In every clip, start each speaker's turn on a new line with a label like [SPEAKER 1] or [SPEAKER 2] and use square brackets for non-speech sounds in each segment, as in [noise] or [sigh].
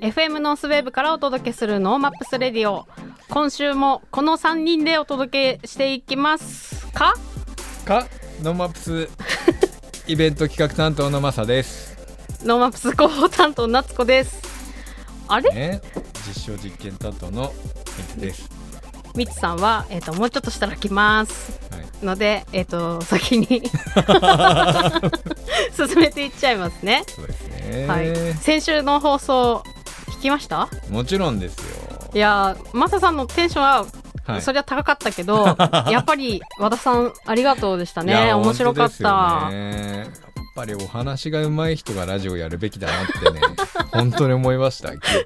[SPEAKER 1] FM ノースウェーブからお届けするノーマップスレディオ今週もこの3人でお届けしていきますか
[SPEAKER 2] かノーマップスイベント企画担当のマサです、
[SPEAKER 1] ノーマップス広報担当夏子ですあれ
[SPEAKER 2] ね、実証実験担当のミキです、
[SPEAKER 1] みつさんは、えー、ともうちょっとしたら来ます
[SPEAKER 2] はい、
[SPEAKER 1] ので、えー、と先に [laughs] 進めていっちゃいますね、
[SPEAKER 2] そうですね、
[SPEAKER 1] はい、先週の放送聞きました
[SPEAKER 2] もちろんです
[SPEAKER 1] い
[SPEAKER 2] よ
[SPEAKER 1] やーマサさんのテンションは
[SPEAKER 2] はい
[SPEAKER 1] そりゃ高かったけどやっぱり和田さんありがとうでした
[SPEAKER 2] い
[SPEAKER 1] ね
[SPEAKER 2] や
[SPEAKER 1] 面白かっ
[SPEAKER 2] 本当
[SPEAKER 1] た、
[SPEAKER 2] ですよねやっぱりお話が上手い人がラジオやるべきだなって
[SPEAKER 1] [laughs]
[SPEAKER 2] ね本当に思いました聞いて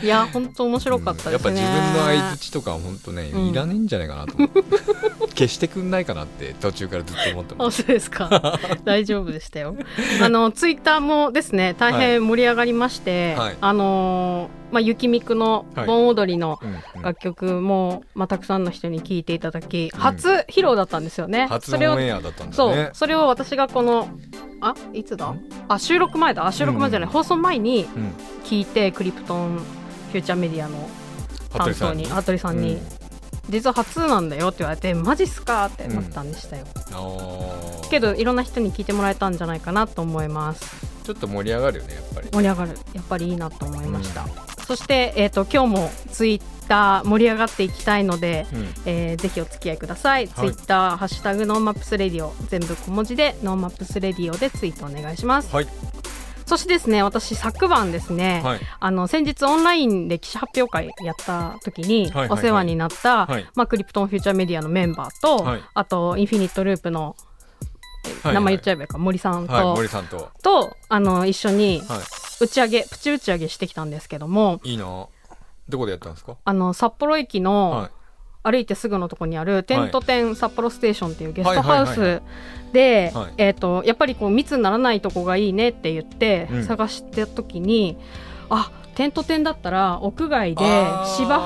[SPEAKER 2] て
[SPEAKER 1] いや本当面白かったですね、
[SPEAKER 2] うんやっぱ自分の相槌とかは本当ね、
[SPEAKER 1] うん
[SPEAKER 2] いらねえんじゃないかなと思って [laughs] 消してくんないかなって途中からずっと思ってま
[SPEAKER 1] あ
[SPEAKER 2] す
[SPEAKER 1] そうです
[SPEAKER 2] [laughs]
[SPEAKER 1] か大丈夫でしたよあのツイッターもですね大変盛り上がりまして、
[SPEAKER 2] はい
[SPEAKER 1] あのーまあ雪みくの
[SPEAKER 2] はい
[SPEAKER 1] 盆踊りの [laughs]
[SPEAKER 2] うんうん
[SPEAKER 1] 楽曲も、まあ、たくさんの人に聴いていただき初披露だったんですよね、
[SPEAKER 2] 初
[SPEAKER 1] それを
[SPEAKER 2] オンエアだったんだ
[SPEAKER 1] そう、
[SPEAKER 2] ね
[SPEAKER 1] それを私がこのあいつだ
[SPEAKER 2] ん
[SPEAKER 1] あ収録前だあ収録前じゃない、
[SPEAKER 2] うん
[SPEAKER 1] 放送前に
[SPEAKER 2] うん
[SPEAKER 1] 聞いてクリプトンフューチャーメディアの
[SPEAKER 2] 服
[SPEAKER 1] 担
[SPEAKER 2] 部さ
[SPEAKER 1] 当
[SPEAKER 2] ん
[SPEAKER 1] に
[SPEAKER 2] に
[SPEAKER 1] 服部さんに
[SPEAKER 2] うん
[SPEAKER 1] 「実は初なんだよ」って言われて「マジっすか?」ってなったんでしたよ、
[SPEAKER 2] あー
[SPEAKER 1] けどいろんな人に聞いてもらえたんじゃないかなと思います
[SPEAKER 2] ちょっと盛り上がるよねやっぱり
[SPEAKER 1] 盛り上がるやっぱりいいなと思いました、
[SPEAKER 2] うん
[SPEAKER 1] そして、えー、と今日もツイッター盛り上がっていきたいので、
[SPEAKER 2] うん
[SPEAKER 1] えーぜひお付き合いください、
[SPEAKER 2] はい
[SPEAKER 1] ツイッター「ハッシュタグノーマップスレディオ」全部小文字で「ノーマップスレディオ」でツイートお願いします、
[SPEAKER 2] はい
[SPEAKER 1] そしてですね私昨晩ですね、
[SPEAKER 2] はい
[SPEAKER 1] あの先日オンラインで記者発表会やった時に
[SPEAKER 2] はいはい
[SPEAKER 1] お
[SPEAKER 2] はい
[SPEAKER 1] 世話になった、
[SPEAKER 2] はい
[SPEAKER 1] まあ、クリプトンフューチャーメディアのメンバーと、
[SPEAKER 2] はい
[SPEAKER 1] あとインフィニットループの、え
[SPEAKER 2] はい
[SPEAKER 1] 名前言っちゃえばいいか森さんと、
[SPEAKER 2] はい森さんと
[SPEAKER 1] とあの一緒に
[SPEAKER 2] は
[SPEAKER 1] 打ち上げ、プチ打ち上げしてきたんですけども
[SPEAKER 2] いいいなどこでやったんですか
[SPEAKER 1] あの札幌駅の、
[SPEAKER 2] は
[SPEAKER 1] 歩いてすぐのとこにあるテント店札幌ステーションっていうゲストハウ
[SPEAKER 2] はいはいはい
[SPEAKER 1] スで
[SPEAKER 2] はい
[SPEAKER 1] えーとやっぱりこう密にならないとこがいいねって言って
[SPEAKER 2] うん
[SPEAKER 1] 探した時に、あテント店だったら屋外
[SPEAKER 2] い
[SPEAKER 1] で
[SPEAKER 2] あー
[SPEAKER 1] 芝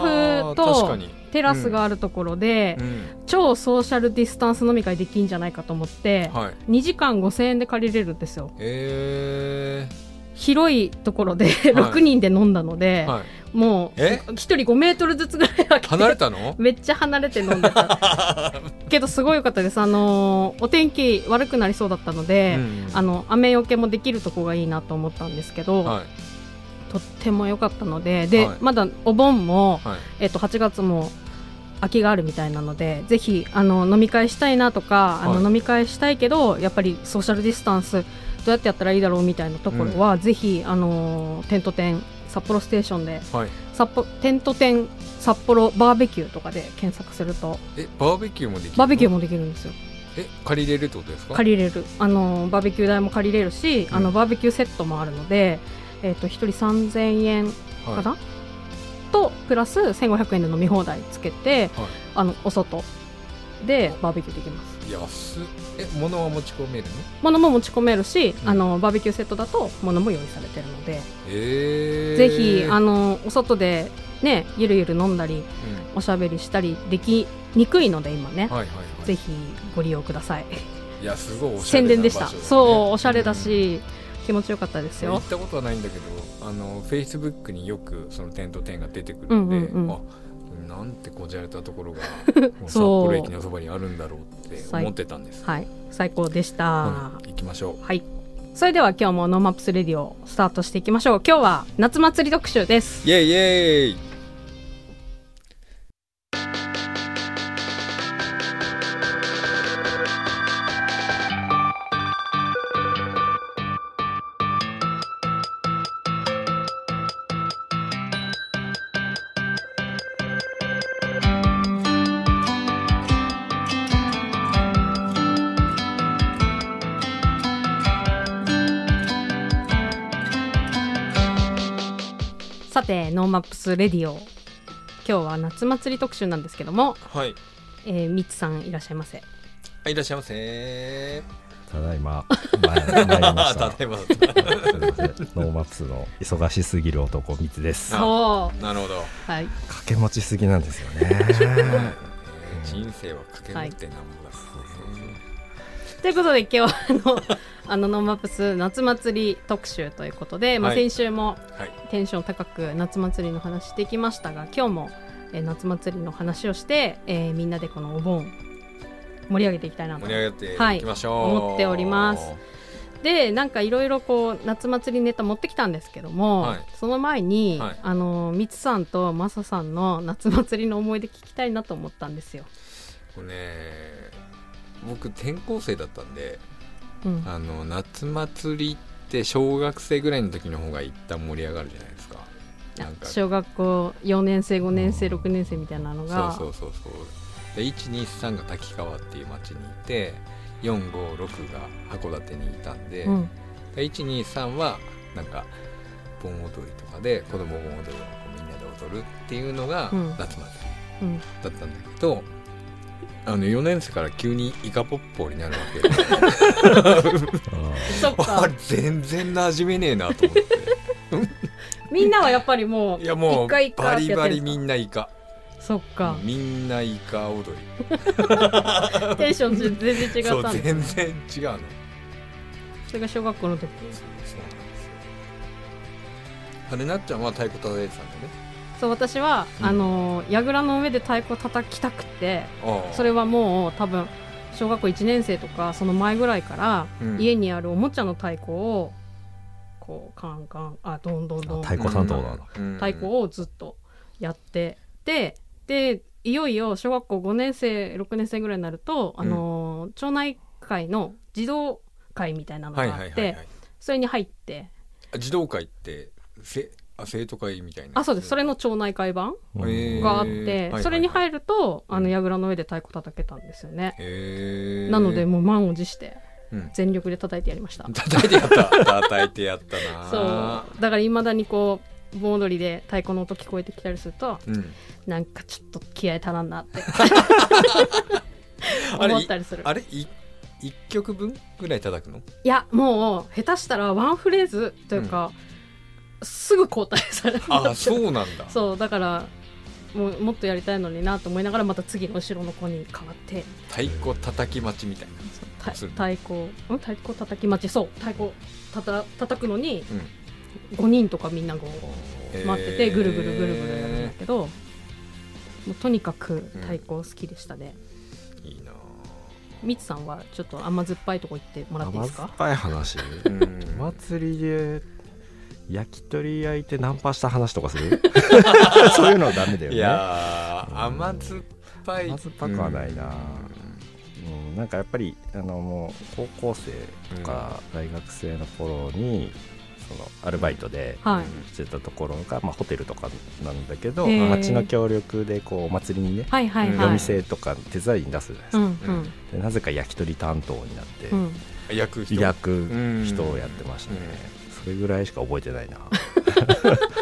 [SPEAKER 1] 生
[SPEAKER 2] 確か
[SPEAKER 1] と
[SPEAKER 2] に
[SPEAKER 1] テラスがあるところで、
[SPEAKER 2] うん
[SPEAKER 1] 超ソーシャルディスタンス飲み会できんじゃないかと思って、
[SPEAKER 2] はい
[SPEAKER 1] 2時間5000円で借りれるんですよ
[SPEAKER 2] え
[SPEAKER 1] 広いところで6人で飲んだので、
[SPEAKER 2] ーはい
[SPEAKER 1] もう
[SPEAKER 2] え
[SPEAKER 1] 1人5メートルずつぐらい開けて
[SPEAKER 2] 離れたの
[SPEAKER 1] めっちゃ離れて飲んでた
[SPEAKER 2] [laughs]
[SPEAKER 1] けどすごい良かったですあのーお天気悪くなりそうだったので、
[SPEAKER 2] うん
[SPEAKER 1] あの雨よけもできるとこがいいなと思ったんですけど、
[SPEAKER 2] はい
[SPEAKER 1] とっても良かったのでで、
[SPEAKER 2] はい
[SPEAKER 1] まだお盆も、
[SPEAKER 2] はい
[SPEAKER 1] えっと8月も空きがあるみたいなのでぜひあの飲み会したいなとか、あ
[SPEAKER 2] はい
[SPEAKER 1] の飲み会したいけどやっぱりソーシャルディスタンスどうやってやったらいいだろうみたいなところは、ぜひあのーテント店札幌ステーションで
[SPEAKER 2] はい
[SPEAKER 1] 札幌テント店札幌バーベキューとかで検索すると
[SPEAKER 2] えバーベキューもできる
[SPEAKER 1] バーベキュー
[SPEAKER 2] も
[SPEAKER 1] もできるんですよ
[SPEAKER 2] え借りれるってことですか
[SPEAKER 1] 借りれるあのバーベキュー代も借りれるし、
[SPEAKER 2] うん
[SPEAKER 1] あのバーベキューセットもあるので、えっと1人3000円
[SPEAKER 2] はい
[SPEAKER 1] かな、とプラス1500円で飲み放題つけて、
[SPEAKER 2] はい
[SPEAKER 1] あのお外でバーベキューできます
[SPEAKER 2] 安っえ物は持ち込めるの
[SPEAKER 1] 物も持ち込めるし、
[SPEAKER 2] うん
[SPEAKER 1] あのバーベキューセットだと物も用意されてるので、
[SPEAKER 2] えー、
[SPEAKER 1] ぜひあのお外でねゆるゆる飲んだり
[SPEAKER 2] う
[SPEAKER 1] おしゃべりしたりできにくいので今ね、
[SPEAKER 2] んはいはいはい
[SPEAKER 1] ぜひご利用ください
[SPEAKER 2] いやすごいおしゃれ
[SPEAKER 1] 宣
[SPEAKER 2] な
[SPEAKER 1] 伝でした、
[SPEAKER 2] 場所だね
[SPEAKER 1] そうおしゃれだ、し、気持ちよかったです
[SPEAKER 2] うん行
[SPEAKER 1] よ
[SPEAKER 2] ったことはないんだけどあのフェイスブックによくその点と点が出てくるんで、
[SPEAKER 1] うんうんうん
[SPEAKER 2] あなんてこじゃれたところ
[SPEAKER 1] [laughs]
[SPEAKER 2] がもう札
[SPEAKER 1] そう
[SPEAKER 2] 幌駅のそばにあるんだろうって思ってたんです、
[SPEAKER 1] はい最高でした、
[SPEAKER 2] うん行きましょう
[SPEAKER 1] はいそれでは今日も「ノーマップスレディオ」スタートしていきましょう今日は夏祭り特集です
[SPEAKER 2] イエイイエイ
[SPEAKER 1] さて「ノーマップスレディオ」今日は夏祭り特集なんですけども、
[SPEAKER 2] はい
[SPEAKER 1] えー、みつさんいらっしゃいませ
[SPEAKER 2] あいらっしゃいませ
[SPEAKER 3] ただ
[SPEAKER 2] [laughs]
[SPEAKER 3] いま、ま参りま
[SPEAKER 2] あ
[SPEAKER 3] した。
[SPEAKER 2] ただいま
[SPEAKER 3] すいませんノーマップスの忙しすぎる男、ミツです。
[SPEAKER 2] あ
[SPEAKER 3] 掛
[SPEAKER 1] お
[SPEAKER 2] [laughs] なるほど、
[SPEAKER 1] はい
[SPEAKER 3] け持ちすぎなんですよね。
[SPEAKER 2] えー人生は掛け持ってなんぼだ、
[SPEAKER 1] ということで今日はあのあのノーマップス夏祭り特集ということで、まあ、
[SPEAKER 2] はい
[SPEAKER 1] 先週も
[SPEAKER 2] はい
[SPEAKER 1] テンション高く夏祭りの話してきましたが今日も、えー夏祭りの話をして、えーみんなでこのお盆盛り上げていきたいなと
[SPEAKER 2] 盛り上げて
[SPEAKER 1] はい
[SPEAKER 2] いきましょう、
[SPEAKER 1] 思っておりますでなんかいろいろこう夏祭りネタ持ってきたんですけども、
[SPEAKER 2] はい
[SPEAKER 1] その前に、
[SPEAKER 2] はい
[SPEAKER 1] あのみつさんとまささんの夏祭りの思い出聞きたいなと思ったんですよ。
[SPEAKER 2] これね僕転校生だったんで
[SPEAKER 1] うん、
[SPEAKER 2] あの夏祭りって小学生ぐらいの時の方が一旦盛り上がるじゃないですかなんかそう
[SPEAKER 1] 小学校4年生5年生
[SPEAKER 3] うん
[SPEAKER 1] 6年生みたいなのが
[SPEAKER 2] そうそうそうで123が滝川っていう町にいて456が函館にいたんで、
[SPEAKER 1] うん
[SPEAKER 2] で123はなんか盆踊りとかで子供盆踊りをこうみんなで踊るっていうのが
[SPEAKER 1] うん
[SPEAKER 2] 夏祭り
[SPEAKER 1] うん
[SPEAKER 2] だったんだけど、あの4年生から急にイカポッポになるわけで
[SPEAKER 1] そっ
[SPEAKER 2] あ
[SPEAKER 1] か
[SPEAKER 2] れ全然馴染めねえなと思って
[SPEAKER 1] みんなはやっぱりもう
[SPEAKER 2] いやも
[SPEAKER 1] 一
[SPEAKER 2] う
[SPEAKER 1] 回一回
[SPEAKER 2] バ
[SPEAKER 1] ってやってんすか
[SPEAKER 2] リバリみんなイカ
[SPEAKER 1] そっか
[SPEAKER 2] みんなイカ踊り
[SPEAKER 1] テンション全然違
[SPEAKER 2] そ
[SPEAKER 1] っ
[SPEAKER 2] う
[SPEAKER 1] たんで
[SPEAKER 2] 全然違うの
[SPEAKER 1] それが小学校の時
[SPEAKER 2] あれなっちゃんは太鼓叩いてたんだよね
[SPEAKER 1] そう私は、
[SPEAKER 2] うん
[SPEAKER 1] あの櫓の上で太鼓叩きたくて
[SPEAKER 2] ああ
[SPEAKER 1] それはもう多分小学校1年生とかその前ぐらいから、
[SPEAKER 2] うん
[SPEAKER 1] 家にあるおもちゃの太鼓をこうカンカンあどんどんどん
[SPEAKER 3] あ太鼓担当なの
[SPEAKER 2] うん
[SPEAKER 1] 太鼓をずっとやってででいよいよ小学校5年生6年生ぐらいになると、あのー町内会の児童会みたいなのが
[SPEAKER 2] はい
[SPEAKER 1] あって、
[SPEAKER 2] はいはいはい
[SPEAKER 1] それに入って
[SPEAKER 2] あ児童会ってせあ生徒会みたいな
[SPEAKER 1] あそうですそれの町内会版
[SPEAKER 3] う
[SPEAKER 2] [laughs]
[SPEAKER 3] ん
[SPEAKER 2] えー
[SPEAKER 1] があって、
[SPEAKER 2] へはいはいはい
[SPEAKER 1] それに入るとあの
[SPEAKER 2] うん
[SPEAKER 1] 櫓の上で太鼓叩けたんですよね、
[SPEAKER 2] へえ
[SPEAKER 1] なのでもう満を持して
[SPEAKER 2] うん
[SPEAKER 1] 全力で叩いてやりました、
[SPEAKER 2] 叩いてやった叩いてやったな
[SPEAKER 1] [laughs] そうだからいまだにこう盆踊りで太鼓の音聞こえてきたりすると
[SPEAKER 2] う、ん、
[SPEAKER 1] なんかちょっと気合い足らんなって
[SPEAKER 2] [laughs] あれ
[SPEAKER 1] 思ったりする
[SPEAKER 2] あれい一曲分ぐらい叩くの
[SPEAKER 1] いやもう下手したらワンフレーズというか、すぐ交代される
[SPEAKER 2] あそうなんだ
[SPEAKER 1] そうだからもうもっとやりたいのになと思いながらまた次の後ろの子に変わって
[SPEAKER 2] 太鼓叩き待ちみたいな
[SPEAKER 1] た
[SPEAKER 2] する
[SPEAKER 1] 太鼓ん太鼓叩き待ちそう太鼓たた叩くのに
[SPEAKER 2] うん
[SPEAKER 1] 5人とかみんなこう待っててぐるぐるぐるぐるやるんだけど、もうとにかく太鼓好きでしたね、
[SPEAKER 2] いいな
[SPEAKER 1] みつさんはちょっと甘酸っぱいとこ行ってもらっていい
[SPEAKER 3] 甘
[SPEAKER 1] です
[SPEAKER 3] 酸
[SPEAKER 1] か
[SPEAKER 3] っぱい話
[SPEAKER 2] ぁうん
[SPEAKER 3] お祭りで焼き鳥焼いてナンパした話とか
[SPEAKER 2] [laughs]
[SPEAKER 3] するそういうのはダメだよ
[SPEAKER 2] い
[SPEAKER 3] ね
[SPEAKER 2] や
[SPEAKER 3] うん
[SPEAKER 2] ー甘酸っぱい
[SPEAKER 3] 甘酸っぱくはないなうん、なんかやっぱりあのもう高校生とか大学生の頃に、そのアルバイトで
[SPEAKER 1] はい、
[SPEAKER 3] してたところが、まあ、ホテルとかなんだけど
[SPEAKER 1] へー
[SPEAKER 3] 町の協力でこうお祭りにね、
[SPEAKER 1] はいはいはい
[SPEAKER 2] うん
[SPEAKER 3] お店とか手伝いに出すじゃないです
[SPEAKER 1] う
[SPEAKER 3] か
[SPEAKER 1] ん、うん
[SPEAKER 3] でなぜか焼き鳥担当になって、
[SPEAKER 1] うん
[SPEAKER 2] うん焼く人
[SPEAKER 3] 焼く人をやってましたね、それぐらいしか覚えてな
[SPEAKER 1] [laughs]
[SPEAKER 3] いな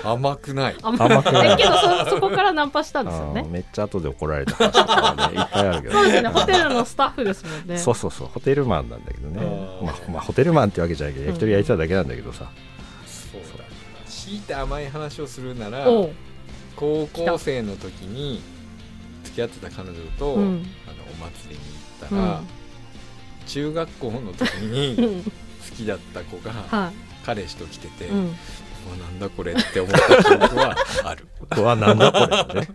[SPEAKER 2] 甘くない
[SPEAKER 1] あんま
[SPEAKER 3] 甘くない
[SPEAKER 1] えけどそそこからナンパしたんですよ
[SPEAKER 3] あー
[SPEAKER 1] ね。
[SPEAKER 3] めっちゃ後で怒られた話とかねいっぱいあるけど
[SPEAKER 1] そうですよね。ホテルのスタッフですもんね。
[SPEAKER 3] [laughs] そうそうそうホテルマンなんだけどね
[SPEAKER 2] あー
[SPEAKER 3] まあ、まあホテルマンってわけじゃないけど焼き鳥焼いてただけなんだけどさ、
[SPEAKER 2] そうだ強いて甘い話をするなら
[SPEAKER 1] おう。
[SPEAKER 2] 高校生の時に付き合ってた彼女と、
[SPEAKER 1] うん。
[SPEAKER 2] あのお祭りに行
[SPEAKER 1] う
[SPEAKER 2] った
[SPEAKER 1] ん。
[SPEAKER 2] ら、
[SPEAKER 1] は
[SPEAKER 2] 中学校の時
[SPEAKER 1] い [laughs]
[SPEAKER 2] に。好きだった子が彼氏と来てて、
[SPEAKER 1] う。
[SPEAKER 2] うんわなんだこれって思った記憶はある
[SPEAKER 3] うわなんだこれね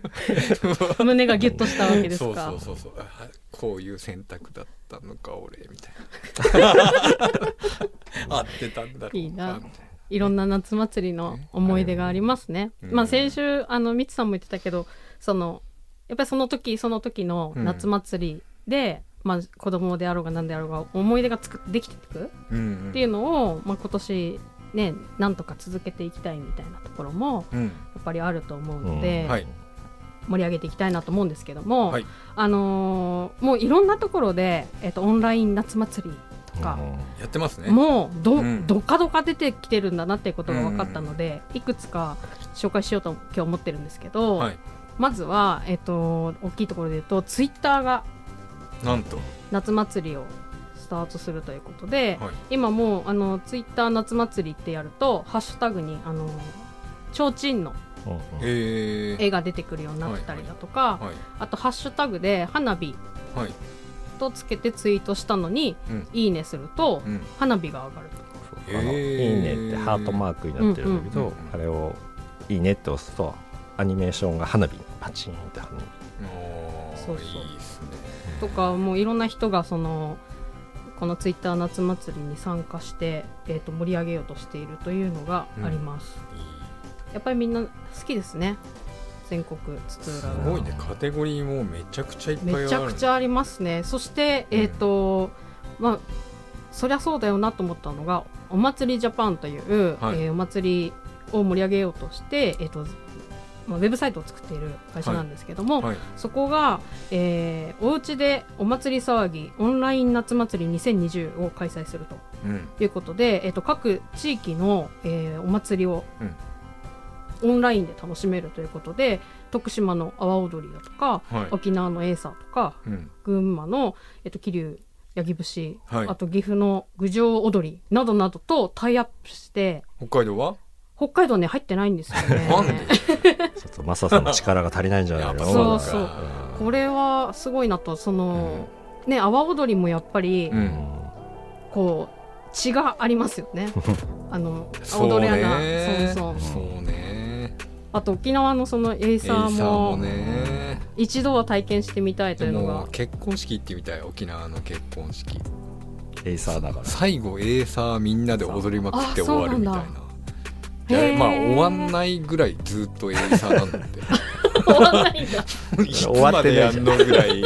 [SPEAKER 1] 胸がギュッとしたわけです
[SPEAKER 2] そう
[SPEAKER 1] か
[SPEAKER 2] そう。そうそうあこういう選択だったのか俺みたい
[SPEAKER 1] [laughs]
[SPEAKER 2] な合ってたんだろう
[SPEAKER 1] いいな
[SPEAKER 2] みたい
[SPEAKER 1] いろんな夏祭りの思い出がありますね。
[SPEAKER 2] うん
[SPEAKER 1] まあ先週あのみつさんも言ってたけど、そのやっぱりその時その時の夏祭りで。まあ、子供であろうが何であろうが思い出がつくできていく
[SPEAKER 2] なうんうん
[SPEAKER 1] っていうのを、まあ、今年ねなんとか続けていきたいみたいなところも
[SPEAKER 2] うん
[SPEAKER 1] やっぱりあると思うので、
[SPEAKER 3] うん
[SPEAKER 2] はい
[SPEAKER 1] 盛り上げていきたいなと思うんですけども、
[SPEAKER 2] はい
[SPEAKER 1] あのーもういろんなところで、えっとオンライン夏祭りとか、
[SPEAKER 2] やってますね
[SPEAKER 1] もうど,、
[SPEAKER 2] うん
[SPEAKER 1] どかどか出てきてるんだなっていうことが分かったので、いくつか紹介しようと今日思ってるんですけど、
[SPEAKER 2] はい
[SPEAKER 1] まずは、えっと大きいところで言うとツイッターが
[SPEAKER 2] なんと
[SPEAKER 1] 夏祭りをスタートするということで、
[SPEAKER 2] はい
[SPEAKER 1] 今もうあのツイッター夏祭りってやるとハッシュタグにあの提灯の
[SPEAKER 3] うんうん
[SPEAKER 2] へえ
[SPEAKER 1] 絵が出てくるようになってたりだとか、
[SPEAKER 2] はい
[SPEAKER 1] あとハッシュタグで花火
[SPEAKER 2] はい
[SPEAKER 1] トつけてツイートしたのに「
[SPEAKER 2] うん
[SPEAKER 1] いいね」すると
[SPEAKER 2] うん
[SPEAKER 1] 花火が上がる
[SPEAKER 3] そう
[SPEAKER 2] へー
[SPEAKER 3] あのいいねってハートマークになってるんだけど、
[SPEAKER 2] うんうん
[SPEAKER 3] あれをいいねって押すとアニメーションが花火にパチンって跳ね
[SPEAKER 2] おー
[SPEAKER 1] そうそう
[SPEAKER 2] いいっすね
[SPEAKER 1] とかもういろんな人がそのこのツイッター夏祭りに参加して、えー、と盛り上げようとしているというのがあります、やっぱりみんな好きですね全国津々
[SPEAKER 2] す
[SPEAKER 1] 浦
[SPEAKER 2] ご
[SPEAKER 1] 々
[SPEAKER 2] いねカテゴリーもめちゃくちゃいっぱいある
[SPEAKER 1] めちゃくちゃありますねそしてえっ、と、まあそりゃそうだよなと思ったのがお祭りジャパンという、
[SPEAKER 2] はい
[SPEAKER 1] えーお祭りを盛り上げようとして、えーとまあ、ウェブサイトを作っている会社なんですけども、
[SPEAKER 2] はい
[SPEAKER 1] そこが、えーおうちでお祭り騒ぎオンライン夏祭り2020を開催すると
[SPEAKER 2] うん
[SPEAKER 1] いうことで、えー、と各地域の、えーお祭りを、オンラインで楽しめるということで徳島の阿波踊りだとか、
[SPEAKER 2] はい
[SPEAKER 1] 沖縄のエーサーとか
[SPEAKER 2] うん
[SPEAKER 1] 群馬の、えっと、桐生八木節、
[SPEAKER 2] はい
[SPEAKER 1] あと岐阜の郡上踊りなどなどとタイアップして
[SPEAKER 2] 北海道は
[SPEAKER 1] 北海道ね入ってないんですよね
[SPEAKER 2] [laughs] な
[SPEAKER 1] [laughs]
[SPEAKER 2] んで
[SPEAKER 3] ちょっとマサさんの力が足りないんじゃないの
[SPEAKER 1] そうそう
[SPEAKER 3] なんか
[SPEAKER 1] これはすごいなとその、ね阿波踊りもやっぱり、
[SPEAKER 2] う
[SPEAKER 3] うん
[SPEAKER 2] ん
[SPEAKER 1] こう血がありますよ
[SPEAKER 2] [laughs]
[SPEAKER 1] ねあの
[SPEAKER 2] そうね
[SPEAKER 1] 踊りアナそうそう
[SPEAKER 2] そうね
[SPEAKER 1] あと沖縄のそのエイ
[SPEAKER 2] エイ
[SPEAKER 1] サ
[SPEAKER 2] サ
[SPEAKER 1] ー
[SPEAKER 2] ーも
[SPEAKER 1] も
[SPEAKER 2] ね
[SPEAKER 1] 一度は体験してみたいとい
[SPEAKER 2] で
[SPEAKER 1] うの
[SPEAKER 2] も
[SPEAKER 1] が
[SPEAKER 2] 結婚式行ってみたい沖縄の結婚式
[SPEAKER 3] エイサーだから
[SPEAKER 2] 最後エイサーみんなで踊りまくって
[SPEAKER 1] あ
[SPEAKER 2] 終わるみたい
[SPEAKER 1] そう
[SPEAKER 2] な
[SPEAKER 1] だ
[SPEAKER 2] いやまあ
[SPEAKER 1] へー
[SPEAKER 2] 終わんないぐらいずっとエイサーなん
[SPEAKER 1] [laughs]
[SPEAKER 2] で [laughs]
[SPEAKER 1] 終わんないんだ
[SPEAKER 2] いつまでやんのぐらい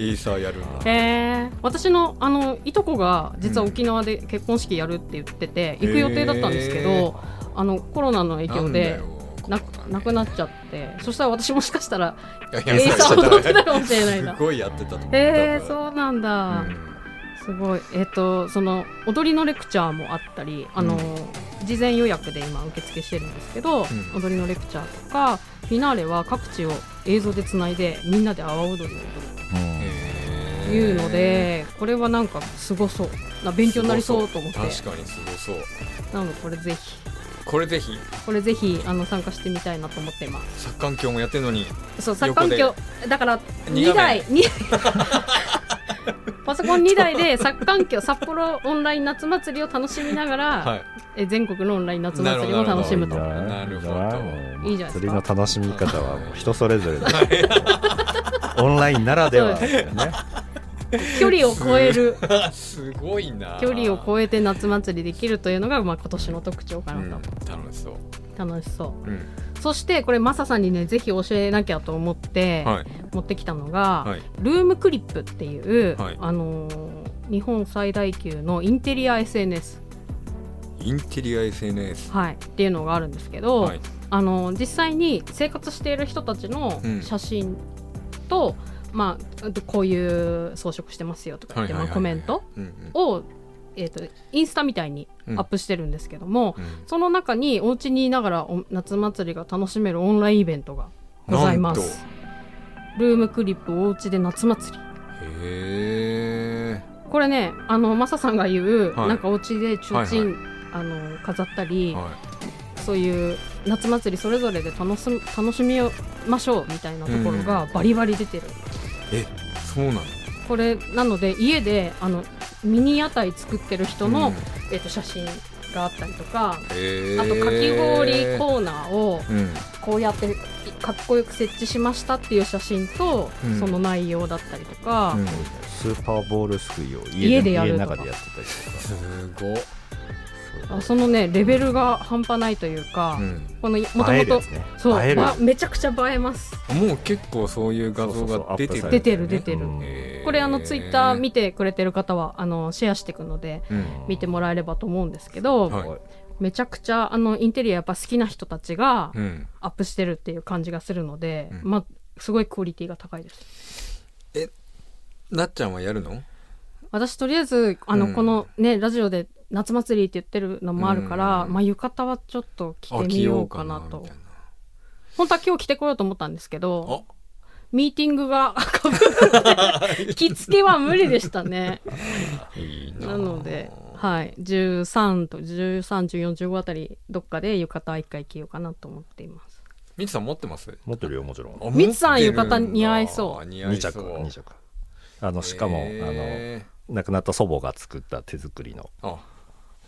[SPEAKER 2] エイサーやるんだ
[SPEAKER 1] へえ私のあのいとこが実は沖縄で結婚式やるって言ってて、
[SPEAKER 2] うん
[SPEAKER 1] 行く予定だったんですけ
[SPEAKER 2] へ
[SPEAKER 1] どあのコロナの影響で
[SPEAKER 2] な
[SPEAKER 1] なん
[SPEAKER 2] だよ
[SPEAKER 1] なくなっちゃってそしたら私もしかしたら
[SPEAKER 2] いやいや
[SPEAKER 1] エイサ
[SPEAKER 2] [laughs] そう
[SPEAKER 1] ー
[SPEAKER 2] じ
[SPEAKER 1] 踊って
[SPEAKER 2] ゃない
[SPEAKER 1] たかもしれないな
[SPEAKER 2] すごいやってたと思う
[SPEAKER 1] へえ
[SPEAKER 2] 多分
[SPEAKER 1] そうなんだ、すごいえっ、とその踊りのレクチャーもあったりあの、
[SPEAKER 2] うん
[SPEAKER 1] 事前予約で今受付してるんですけど、
[SPEAKER 2] ん
[SPEAKER 1] 踊りのレクチャーとかフィナーレは各地を映像でつないでみんなで阿波踊りを踊る
[SPEAKER 2] うん
[SPEAKER 1] と
[SPEAKER 2] へ
[SPEAKER 1] い
[SPEAKER 2] え
[SPEAKER 1] うので、これはなんかすごそうな勉強になりそうと思って
[SPEAKER 2] 確かにすごそう
[SPEAKER 1] なのでこれぜひ
[SPEAKER 2] これぜひ
[SPEAKER 1] これぜひあの参加してみたいなと思っています
[SPEAKER 2] 作環境もやってるのに
[SPEAKER 1] そう作
[SPEAKER 2] 横
[SPEAKER 1] 環
[SPEAKER 2] で
[SPEAKER 1] 境だから
[SPEAKER 2] 二
[SPEAKER 1] 2台 [laughs] 二パソコン2台で作環境札幌オンライン夏祭りを楽しみながら、
[SPEAKER 2] はい
[SPEAKER 1] え全国のオンライン夏祭りを楽しむと
[SPEAKER 2] なるほどなるほどなるほど
[SPEAKER 1] いいじゃないですか
[SPEAKER 3] 釣りの楽しみ方はもう人それぞれでオンラインならではですよね
[SPEAKER 1] 距離を超える
[SPEAKER 2] すごい [laughs] な
[SPEAKER 1] 距離を超
[SPEAKER 2] え
[SPEAKER 1] えて夏祭りできるというのが、まあ、今年の特徴か
[SPEAKER 2] た
[SPEAKER 1] なと、
[SPEAKER 2] 楽しそう
[SPEAKER 1] 楽しそう
[SPEAKER 2] うん
[SPEAKER 1] そしてこれマサさんにねぜひ教えなきゃと思って
[SPEAKER 2] はい
[SPEAKER 1] 持ってきたのが、
[SPEAKER 2] はい
[SPEAKER 1] ルームクリップっていう、
[SPEAKER 2] はい
[SPEAKER 1] あのー日本最大級のインテリア SNS、
[SPEAKER 2] インテリア SNS
[SPEAKER 1] はい、っていうのがあるんですけど、
[SPEAKER 2] はい
[SPEAKER 1] あの実際に生活している人たちの
[SPEAKER 2] うん
[SPEAKER 1] 写真と、まあうんと、こういう装飾してますよとか言って、まあコメント
[SPEAKER 2] うんうん
[SPEAKER 1] を、えー、とインスタみたいにアップしてるんですけども、
[SPEAKER 2] うん
[SPEAKER 1] その中にお家にいながらお夏祭りが楽しめるオンラインイベントがございます。ルームクリップおうちで夏祭り
[SPEAKER 2] なんとへえ
[SPEAKER 1] これねあのマサさんが言う、
[SPEAKER 2] はい
[SPEAKER 1] なんかお家でちょうちん、
[SPEAKER 2] はい
[SPEAKER 1] あの飾ったり、
[SPEAKER 2] は
[SPEAKER 1] そういう夏祭りそれぞれで楽しむ楽しみましょうみたいなところがバリバリ出てる、
[SPEAKER 2] いえそうなの
[SPEAKER 1] これなので家であのミニ屋台作ってる人の、
[SPEAKER 2] うん
[SPEAKER 1] えっと写真があったりとか
[SPEAKER 2] へえ
[SPEAKER 1] あとかき氷コーナーを
[SPEAKER 2] うん
[SPEAKER 1] こうやってかっこよく設置しましたっていう写真と、
[SPEAKER 2] うん
[SPEAKER 1] その内容だったりとか、
[SPEAKER 2] うん
[SPEAKER 3] スーパーボールすくいを
[SPEAKER 1] 家
[SPEAKER 3] 家
[SPEAKER 1] で
[SPEAKER 3] で
[SPEAKER 1] や
[SPEAKER 3] 家
[SPEAKER 1] る
[SPEAKER 3] の
[SPEAKER 1] とか
[SPEAKER 3] 中でやってたり
[SPEAKER 2] すごっ
[SPEAKER 3] と
[SPEAKER 1] あ
[SPEAKER 3] か
[SPEAKER 1] そのねレベルが半端ないというか、
[SPEAKER 2] うん
[SPEAKER 1] このもとも
[SPEAKER 3] 映えるや
[SPEAKER 1] と
[SPEAKER 3] つね
[SPEAKER 1] そう、
[SPEAKER 3] 映える
[SPEAKER 1] まめちゃくちゃ映えます
[SPEAKER 2] もう結構そういう画像が出て
[SPEAKER 3] そうそうそ
[SPEAKER 2] る
[SPEAKER 3] う
[SPEAKER 1] 出てる出てる、
[SPEAKER 3] うん
[SPEAKER 2] へー
[SPEAKER 1] これあのツイッター見てくれてる方はあのシェアしていくので
[SPEAKER 2] うん
[SPEAKER 1] 見てもらえればと思うんですけど、
[SPEAKER 2] はい
[SPEAKER 1] めちゃくちゃあのインテリアやっぱ好きな人たちが
[SPEAKER 2] うん
[SPEAKER 1] アップしてるっていう感じがするので、
[SPEAKER 2] うん
[SPEAKER 1] まあすごいクオリティが高いです
[SPEAKER 2] なっちゃんはやるの
[SPEAKER 1] 私とりあえずあの、
[SPEAKER 2] うん
[SPEAKER 1] このねラジオで夏祭りって言ってるのもあるから、
[SPEAKER 2] うん
[SPEAKER 1] まあ浴衣はちょっと着て
[SPEAKER 2] あ
[SPEAKER 1] み
[SPEAKER 2] 着
[SPEAKER 1] ようかなと
[SPEAKER 2] みたい
[SPEAKER 1] 本当は今日着てこようと思ったんですけど
[SPEAKER 2] あ
[SPEAKER 1] ミーティングがかぶ
[SPEAKER 2] [laughs]
[SPEAKER 1] って着付けは無理でしたね
[SPEAKER 2] いい [laughs] な
[SPEAKER 1] なので、はい、13と131415あたりどっかで浴衣一回着ようかなと思ってい
[SPEAKER 2] [laughs]
[SPEAKER 1] ます
[SPEAKER 2] みつさん持ってます
[SPEAKER 3] 持ってるよもちろん
[SPEAKER 1] みつさん浴衣似合いそう
[SPEAKER 3] 2着2着あのしかも、
[SPEAKER 2] え
[SPEAKER 3] あの亡くなった祖母が作った手作りの
[SPEAKER 2] ーあ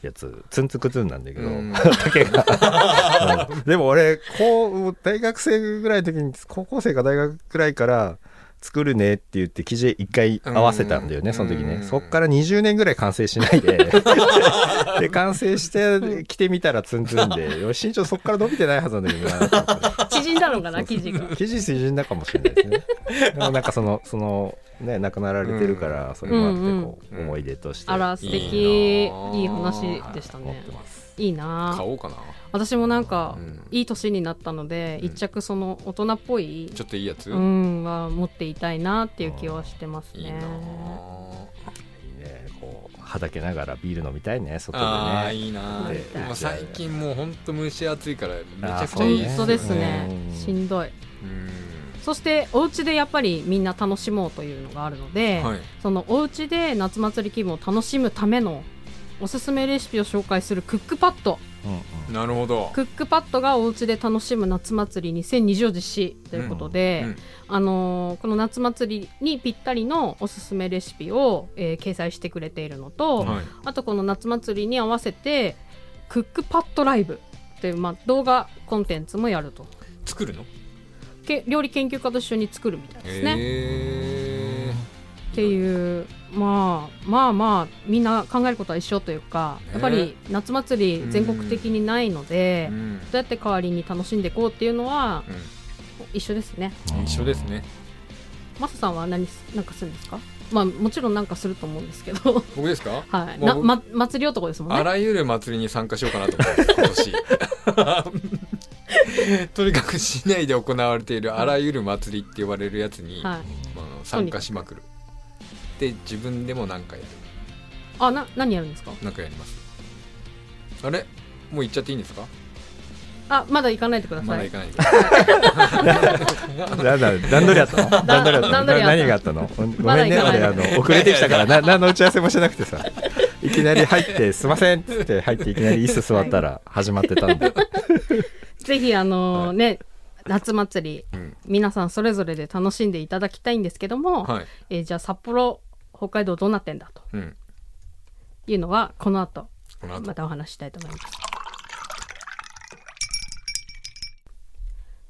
[SPEAKER 3] やつツンツクツンなんだけど、
[SPEAKER 2] うん
[SPEAKER 1] [laughs]
[SPEAKER 3] 竹が、うんでも俺こう大学生ぐらいの時に高校生か大学ぐらいから作るねって言って記事一回合わせたんだよね、
[SPEAKER 2] うん
[SPEAKER 3] その時ね、
[SPEAKER 2] うん
[SPEAKER 3] そっから20年ぐらい完成しな
[SPEAKER 2] [laughs]
[SPEAKER 3] いでで完成して着てみたらツンツンで俺身長そっから伸びてないはずなんだけどなと思って
[SPEAKER 1] 縮んだのかな生地が
[SPEAKER 3] 記事筋んだかもしれないですねでもなんかそのそのね亡くなられてるから、それもあってこう、
[SPEAKER 2] うんうん
[SPEAKER 3] 思い出として
[SPEAKER 1] あら素
[SPEAKER 2] い
[SPEAKER 1] 敵い
[SPEAKER 2] い
[SPEAKER 1] い
[SPEAKER 2] なあ
[SPEAKER 1] 話でした
[SPEAKER 3] 思っ
[SPEAKER 1] ね
[SPEAKER 3] てます、
[SPEAKER 1] いいなあ
[SPEAKER 2] 買おうかな
[SPEAKER 1] 私もなんか、
[SPEAKER 2] うん
[SPEAKER 1] いい年になったので、
[SPEAKER 2] うん
[SPEAKER 1] 一着その大人っぽい
[SPEAKER 2] ちょっといいやつ、
[SPEAKER 1] うんは持っていたいなっていう気はしてます
[SPEAKER 2] いい
[SPEAKER 1] ね
[SPEAKER 2] な
[SPEAKER 3] はいねこうはだけながらビール飲みたいね外で
[SPEAKER 2] ああ
[SPEAKER 3] ね
[SPEAKER 2] いいな
[SPEAKER 1] で
[SPEAKER 2] まあ最近もうほんと蒸し暑いからめちゃくちゃいい
[SPEAKER 1] 本当ですね
[SPEAKER 3] うん
[SPEAKER 1] しんどい
[SPEAKER 2] うん
[SPEAKER 1] そしてお家でやっぱりみんな楽しもうというのがあるので、
[SPEAKER 2] はい
[SPEAKER 1] そのお家で夏祭り気分を楽しむためのおすすめレシピを紹介するクックパッド
[SPEAKER 3] うんうん
[SPEAKER 2] なるほど
[SPEAKER 1] クックパッドがお家で楽しむ夏祭り2020を実施ということで、
[SPEAKER 2] うん
[SPEAKER 1] あのーこの夏祭りにぴったりのおすすめレシピを、えー掲載してくれているのと、
[SPEAKER 2] はい
[SPEAKER 1] あとこの夏祭りに合わせてクックパッドライブという、まあ、動画コンテンツもやると
[SPEAKER 2] 作るの
[SPEAKER 1] け料理研究家と一緒に作るみたいですね。
[SPEAKER 2] へ
[SPEAKER 1] っていうまあまあまあみんな考えることは一緒というか、
[SPEAKER 2] ね
[SPEAKER 1] やっぱり夏祭り全国的にないの
[SPEAKER 2] え
[SPEAKER 1] で、
[SPEAKER 2] う
[SPEAKER 1] ど
[SPEAKER 2] ん
[SPEAKER 1] うやって代わりに楽しんでいこうっていうのは一緒ですね。
[SPEAKER 2] うん一緒ですね
[SPEAKER 1] マサさんは何すなんかするんですか？まあもちろんなんかすると思うんですけど、 [laughs]
[SPEAKER 2] 僕ですか
[SPEAKER 1] はい。
[SPEAKER 2] まあ
[SPEAKER 1] な
[SPEAKER 2] 僕
[SPEAKER 1] ま祭り男ですもん
[SPEAKER 2] あ
[SPEAKER 1] ね。
[SPEAKER 2] らゆる祭りに参加しようかなと思
[SPEAKER 1] [laughs]
[SPEAKER 2] って今年とにかく市内で行われているあらゆる祭りって呼ばれるやつに、
[SPEAKER 1] はい。
[SPEAKER 2] まあ参加しまくるで自分でも何かやる
[SPEAKER 1] あな何やるんですか？
[SPEAKER 2] 何かやりますあれもう行っちゃっていいんですか
[SPEAKER 1] あまだ行かないでくだ
[SPEAKER 2] まだ
[SPEAKER 1] さ
[SPEAKER 2] 行
[SPEAKER 1] い。
[SPEAKER 2] かないで
[SPEAKER 3] なんだ段取りあったの段取りあ
[SPEAKER 1] 段取りあ
[SPEAKER 3] ったの
[SPEAKER 1] った
[SPEAKER 3] 何があったのご
[SPEAKER 1] まだ
[SPEAKER 3] めんね
[SPEAKER 1] 行かない
[SPEAKER 3] 俺あの遅れてきたからな何の打ち合わせもしなくてさいきなり入って「すいません」っつって入っていきなり椅子座ったら始まってたんで、
[SPEAKER 1] ぜひあのーね夏祭り [laughs]
[SPEAKER 2] うん
[SPEAKER 1] 皆さんそれぞれで楽しんでいただきたいんですけども、
[SPEAKER 2] はい、
[SPEAKER 1] えーじゃあ札幌北海道どうなってんだと。
[SPEAKER 2] うん、
[SPEAKER 1] いうのはこの後
[SPEAKER 2] この後、
[SPEAKER 1] またお話ししたいと思います。